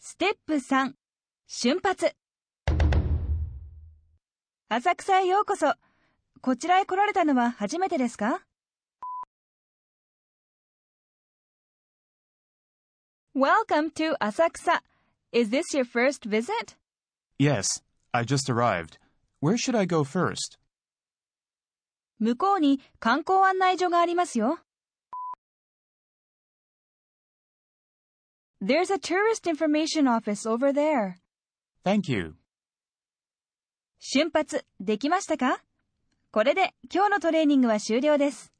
ステップ3、瞬発。浅草へようこそ。こちらへ来られたのは初めてですか ?Welcome to 浅草。Is this your first visit? Yes, I just arrived. Where should I go first? 向こうに観光案内所がありますよ。There's a tourist information office over there. Thank you. 瞬発できましたかこれで今日のトレーニングは終了です。